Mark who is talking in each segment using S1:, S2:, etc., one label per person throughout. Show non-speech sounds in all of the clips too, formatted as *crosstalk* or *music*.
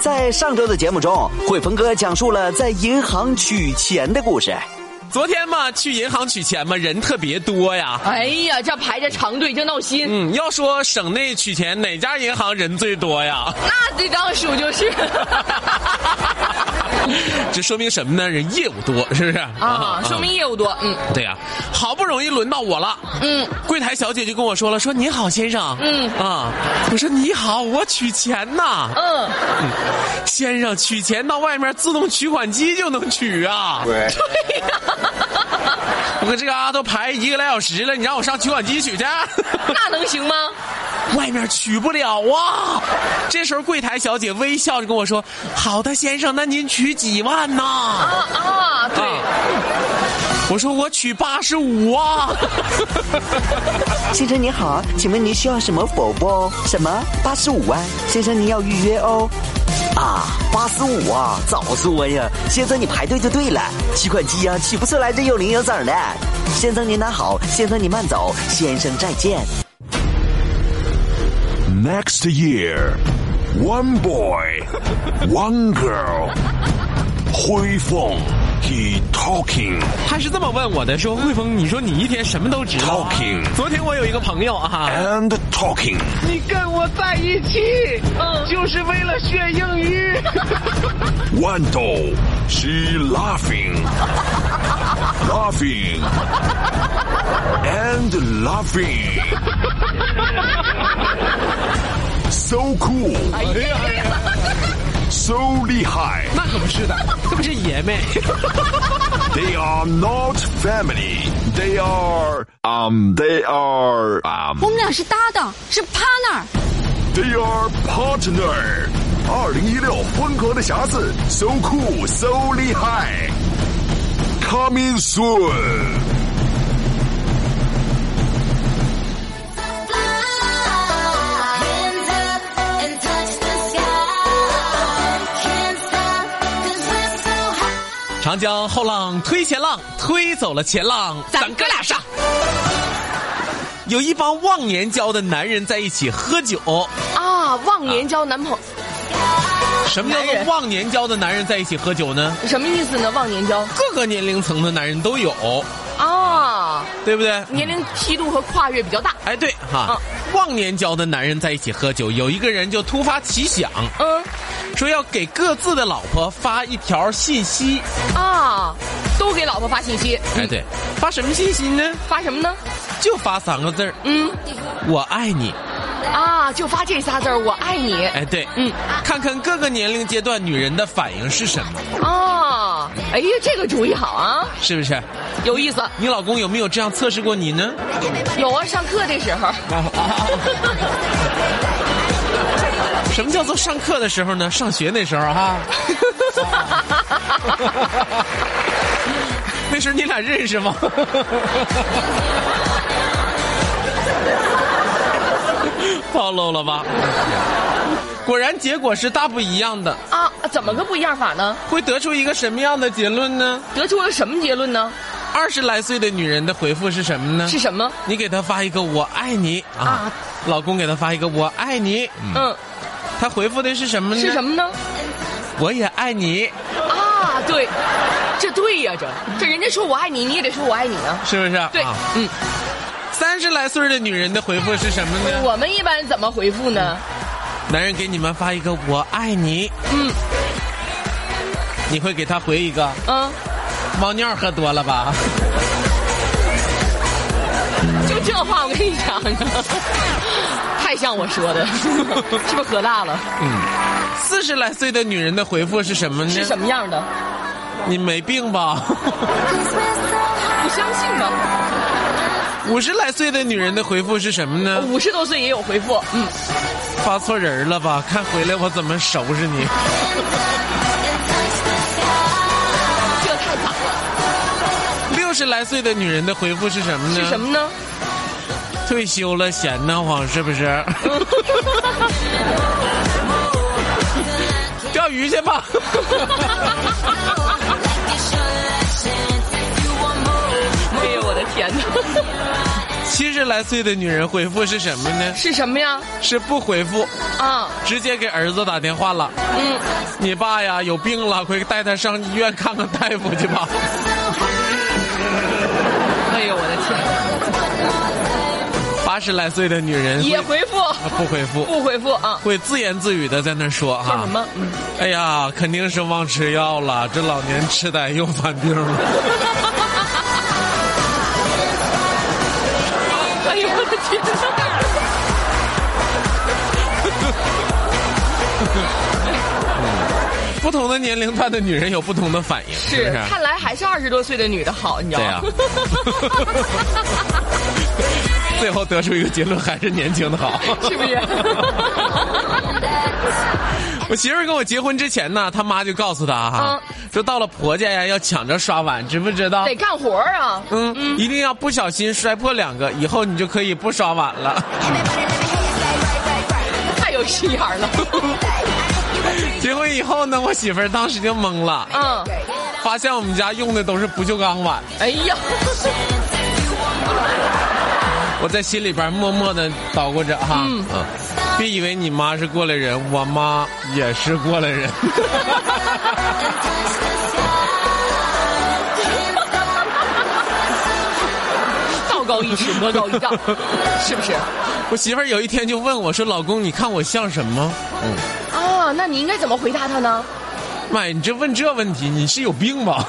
S1: 在上周的节目中，慧峰哥讲述了在银行取钱的故事。
S2: 昨天嘛，去银行取钱嘛，人特别多呀。
S3: 哎呀，这排着长队，这闹心。
S2: 嗯，要说省内取钱哪家银行人最多呀？ *laughs*
S3: 那得当属就是。
S2: 这说明什么呢？人业务多，是不是？
S3: 啊，说明业务多，嗯
S2: 对呀、好不容易轮到我了。
S3: 嗯，
S2: 柜台小姐就跟我说了，说您好，先生。
S3: 嗯
S2: 啊，我说你好，我取钱呐。
S3: 嗯，
S2: 先生，取钱到外面自动取款机就能取啊！对我搁这嘎、达都排一个来小时了，你让我上取款机取去， *laughs*
S3: 嗯那能行吗？
S2: 外面取不了啊！这时候柜台小姐微笑着跟我说：“好的，先生，那您取几万呐
S3: 啊啊，？”对，
S2: 啊，我说我取八十五啊。
S1: 先生您好，请问您需要什么否不？什么八十五万？先生您要预约哦。啊，八十五啊，早说呀！先生你排队就对了，取款机呀、取不出来这有零有整的。先生您拿好，先生您慢走，先生再见。
S4: Next year, one boy, *laughs* one girl. Hui Feng, he talking.
S2: 他是这么问我的，说汇丰，你说你一天什么都知道啊
S4: Talking
S2: 昨天我有一个朋友啊，
S4: And talking.
S5: 你跟我在一起，就是为了学英
S4: *laughs*
S5: 语。
S4: One doll, she laughing. laughing. And laughing. so cool. so 厉害.
S2: *laughs* 那可不是的，这不是爷们。
S4: They are not family. They are um. They are um.
S6: 我们俩是搭档，是 partner。
S4: They are partner. 二零一六疯狂的匣子，so cool, so 厉害。Coming soon.
S2: 长江后浪推前浪，推走了前浪，咱哥俩上。有一帮忘年交的男人在一起喝酒，
S3: 啊，忘年交男朋友
S2: 什么叫
S3: 男
S2: 做
S3: 人
S2: 忘年交的男人在一起喝酒呢？
S3: 什么意思呢？忘年交
S2: 各个年龄层的男人都有，
S3: 啊，
S2: 对不对？
S3: 年龄梯度和跨越比较大。
S2: 哎，对哈
S3: 啊，
S2: 忘年交的男人在一起喝酒，有一个人就突发奇想，
S3: 嗯
S2: 说要给各自的老婆发一条信息。
S3: 啊，都给老婆发信息，
S2: 哎，对，发什么信息呢？
S3: 发什么呢？
S2: 就发三个字儿
S3: 嗯
S2: 我爱你。
S3: 啊，就发这仨字儿，我爱你。
S2: 哎，对，
S3: 嗯，
S2: 看看各个年龄阶段女人的反应是什么，
S3: 啊，哎呀，这个主意好啊，
S2: 是不是？
S3: 有意思。
S2: 你老公有没有这样测试过你呢？
S3: 有啊，上课的时候，
S2: 什么叫做上课的时候呢？上学那时候哈、 *laughs* 那时候你俩认识吗？ *laughs* 暴露了吧？果然结果是大不一样的，
S3: 啊，怎么个不一样法呢？
S2: 会得出一个什么样的结论呢？
S3: 得出了什么结论呢？
S2: 二十来岁的女人的回复是什么呢？
S3: 是什么？
S2: 你给她发一个“我爱你”啊，
S3: 啊
S2: 老公给她发一个“我爱你”，
S3: 嗯，
S2: 她回复的是什么呢？
S3: 是什？么呢？
S2: 我也爱你，
S3: 啊，对，这对呀、这这人家说我爱你，你也得说我爱你啊。
S2: 是不是？
S3: 对，
S2: 啊
S3: 嗯，
S2: 三十来岁的女人的回复是什么呢？
S3: 我们一般怎么回复呢？
S2: 男人给你们发一个“我爱你”，
S3: 嗯，
S2: 你会给他回一个
S3: 嗯，
S2: “猫尿喝多了吧
S3: 就这话我跟你讲， *laughs* 太像我说的， *laughs* 是不是喝大了？”？
S2: 四十来岁的女人的回复是什么呢？
S3: 是什么样的？
S2: 你没病吧？
S3: *laughs* 不相信吧？
S2: 五十来岁的女人的回复是什么呢？
S3: 五十多岁也有回复，嗯，
S2: 发错人了吧？看回来我怎么收拾你。
S3: 这太惨了。
S2: 六十来岁的女人的回复是什么呢？
S3: 是什么呢？
S2: 退休了闲得慌是不
S3: *laughs*
S2: 是？钓鱼去吧。
S3: 哎呦我的天哪！
S2: 七十来岁的女人回复是什么呢？
S3: *laughs* 是什么呀？
S2: 是不回复，
S3: 啊，
S2: 直接给儿子打电话了。
S3: 嗯，
S2: 你爸呀有病了，快带他上医院看看大夫去吧。
S3: 哎呦我的
S2: 八十来岁的女人
S3: 天，
S2: 会
S3: 也回复
S2: 啊不回复，
S3: 不回复啊？
S2: 会自言自语的在那说
S3: 叫
S2: 哈、
S3: 什么？嗯，
S2: 哎呀，肯定是忘吃药了，这老年痴呆又犯病了。
S3: 哎呦我的天哪！
S2: 不同的年龄段的女人有不同的反应，是不
S3: 是
S2: 是？，
S3: 看来还是二十多岁的女的好，你知
S2: 对
S3: 道吗？ *laughs*
S2: 呀、最后得出一个结论，还是年轻的好。
S3: *laughs* 是不是？
S2: *laughs* 我媳妇儿跟我结婚之前呢，她妈就告诉她哈、说到了婆家呀要抢着刷碗，知不知道？
S3: 得干活儿啊！
S2: 嗯，一定要不小心摔破两个，以后你就可以不刷碗 *laughs* 了。
S3: 太有心眼儿了。
S2: 结婚以后呢，我媳妇儿当时就懵了，
S3: *laughs* 嗯，
S2: 发现我们家用的都是不锈钢碗，
S3: 哎呀， *laughs*
S2: 我在心里边默默的捣鼓着哈。嗯别以为你妈是过来人，我妈也是过来 *laughs* 人。
S3: 道高一尺，魔高一丈， *laughs* 是不是？
S2: 我媳妇儿有一天就问我说：“老公，你看我像什么
S3: 啊，那你应该怎么回答他呢？？”
S2: 妈呀，你这问这问题，你是有病吧？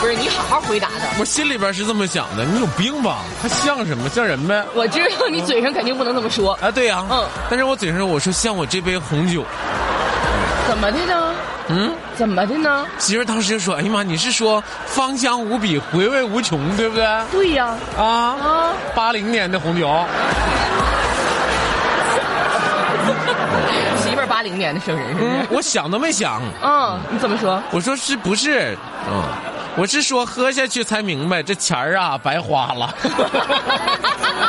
S3: 不是，你好好回答他。
S2: 我心里边是这么想的，你有病吧？他像什么？像人呗？
S3: 我知道你嘴上肯定不能这么说，
S2: 啊，对呀、
S3: 嗯
S2: 但是我嘴上我说像我这杯红酒，
S3: 怎么的呢？
S2: 嗯，
S3: 怎么的呢？
S2: 媳妇儿当时就说：“哎呀妈，你是说芳香无比，回味无穷，对不对？
S3: 对呀、
S2: 啊，
S3: 啊，
S2: 八零年的红酒，
S3: 媳妇儿八零年的生人是不
S2: 嗯
S3: 是？，
S2: 我想都没想，
S3: 嗯，你怎么说？
S2: 我说是不是？嗯，我是说喝下去才明白，这钱儿啊白花了。 *laughs*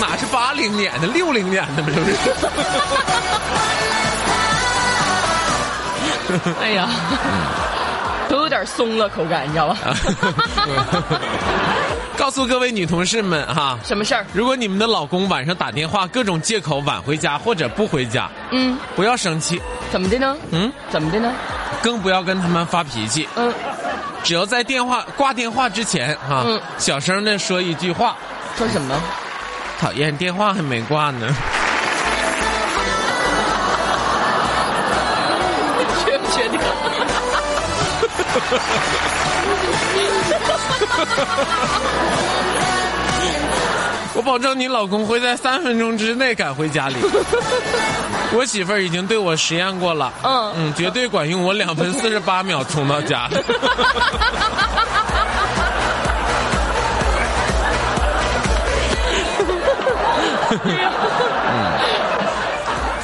S2: 哪是八零年的，六零年的吗？这不是？ *laughs*
S3: 哎呀，都有点松了口感，你知道吧？
S2: 告诉各位女同事们哈、
S3: 什么事儿？
S2: 如果你们的老公晚上打电话各种借口晚回家或者不回家，
S3: 嗯，
S2: 不要生气，
S3: 怎么的呢？
S2: 嗯，
S3: 怎么的呢？
S2: 更不要跟他们发脾气。
S3: 嗯，
S2: 只要在电话挂电话之前哈、
S3: 嗯
S2: 小声的说一句话，
S3: 说什么？ *laughs*
S2: 讨厌，电话还没挂呢。
S3: 确不确定？
S2: 我保证你老公会在三分钟之内赶回
S3: *laughs*
S2: 家里。我媳妇儿已经对我实验过了，
S3: 嗯
S2: 嗯，绝对管用。我两分四十八秒冲到
S3: *laughs*
S2: 家里。嗯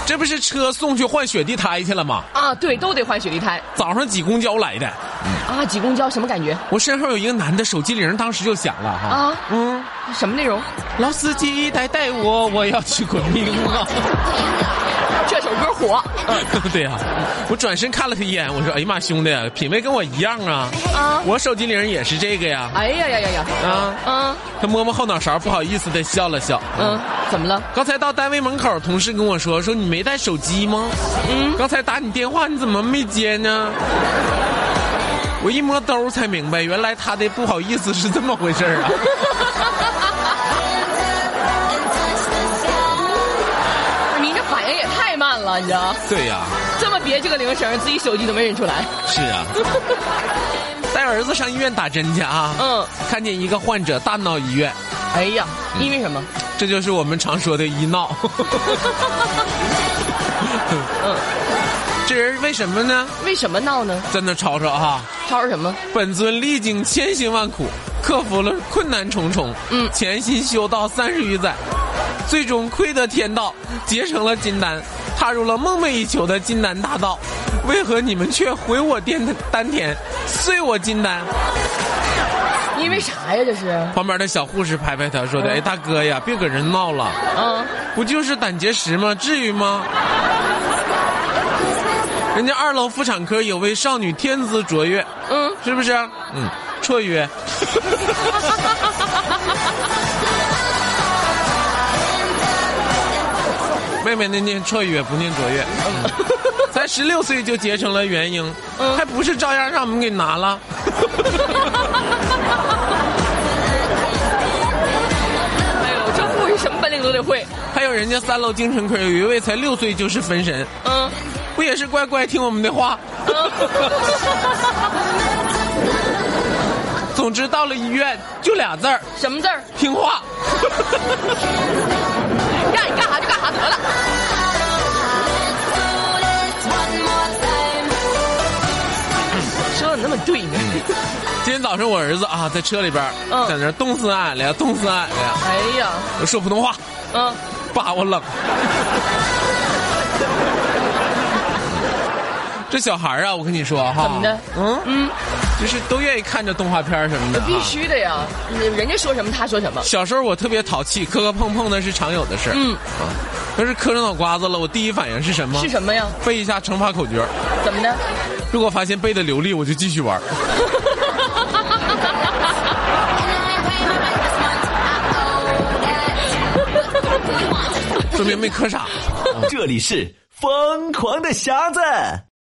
S2: 这不是车送去换雪地胎去了吗？
S3: 啊，对，都得换雪地胎
S2: 早上挤公交来的，
S3: 啊！挤公交什么感觉
S2: 我身后有一个男的，手机铃当时就响了哈。
S3: 啊？
S2: 嗯，
S3: 什么内容？
S2: 老司机带带我，我要去滚冰啊！
S3: 这首歌火
S2: *laughs* 对呀、我转身看了他一眼，我说：“哎呀妈，兄弟，品味跟我一样啊！
S3: 啊！
S2: 我手机铃也是这个呀。
S3: 哎呀呀呀呀！”
S2: 啊，
S3: 嗯
S2: 他摸摸后脑勺，不好意思的笑了笑。
S3: 嗯，怎么了？
S2: 刚才到单位门口，同事跟我说：“说你没带手机吗？
S3: 嗯
S2: 刚才打你电话，你怎么没接呢？”我一摸兜才明白，原来他的不好意思是这么回事儿啊！
S3: 不是你这反应也太慢了，你知道？
S2: *laughs* 对呀、
S3: 这么别这个铃声，自己手机都没认出来。
S2: 是啊，带儿子上医院打针去啊！
S3: 嗯，
S2: 看见一个患者大闹医院，
S3: 哎呀，因为什么？
S2: 这就是我们常说的医闹。嗯这人为什么呢？
S3: 为什么闹呢？
S2: 在那吵吵哈、
S3: 吵吵什么？
S2: 本尊历经千辛万苦，克服了困难重重，
S3: 嗯
S2: 潜心修道三十余载，最终窥得天道，结成了金丹，踏入了梦寐以求的金丹大道。为何你们却毁我丹丹田，碎我金丹？
S3: 因为啥呀？这是？
S2: 旁边的小护士拍拍他，说的：“
S3: 嗯
S2: 哎，大哥呀，别搁人闹了，
S3: 嗯，
S2: 不就是胆结石吗？至于吗？”人家二楼妇产科有位少女天资卓越，
S3: 嗯，
S2: 是不是？嗯，绰约。 *laughs* 妹妹那念绰约不念卓越，嗯
S3: *laughs*
S2: 才十六岁就结成了元婴，
S3: 嗯
S2: 还不是照样让我们给拿了？
S3: 哎呦，这护士什么本领都得会。
S2: 还有人家三楼精神科有一位才六岁就是分神，
S3: 嗯，
S2: 不也是乖乖听我们的
S3: *laughs*
S2: 话？总之到了医院就俩字儿，
S3: 什么字儿？
S2: 听话。
S3: 让你干啥就干啥得了。说的那么对呢，
S2: 今天早上我儿子啊在车里边儿，
S3: 嗯
S2: 在那儿啊冻死俺了，冻死俺了，
S3: 哎呀，
S2: 我说普通话，
S3: 嗯，
S2: 爸我冷。 *laughs* 这小孩儿啊，我跟你说哈，
S3: 怎么的
S2: 嗯
S3: 嗯，
S2: 就是都愿意看着动画片儿什么的、啊，
S3: 必须的呀，人家说什么他说什么。
S2: 小时候我特别淘气，磕磕碰碰那是常有的事儿。
S3: 嗯
S2: 啊，要是磕着脑瓜子了，我第一反应是什么？
S3: 是什么呀？
S2: 背一下乘法口诀儿，
S3: 怎么的？
S2: 如果发现背的流利，我就继续玩
S3: *laughs*
S2: 儿。 *laughs* 说明没磕傻。
S1: 这里是疯狂的匣子。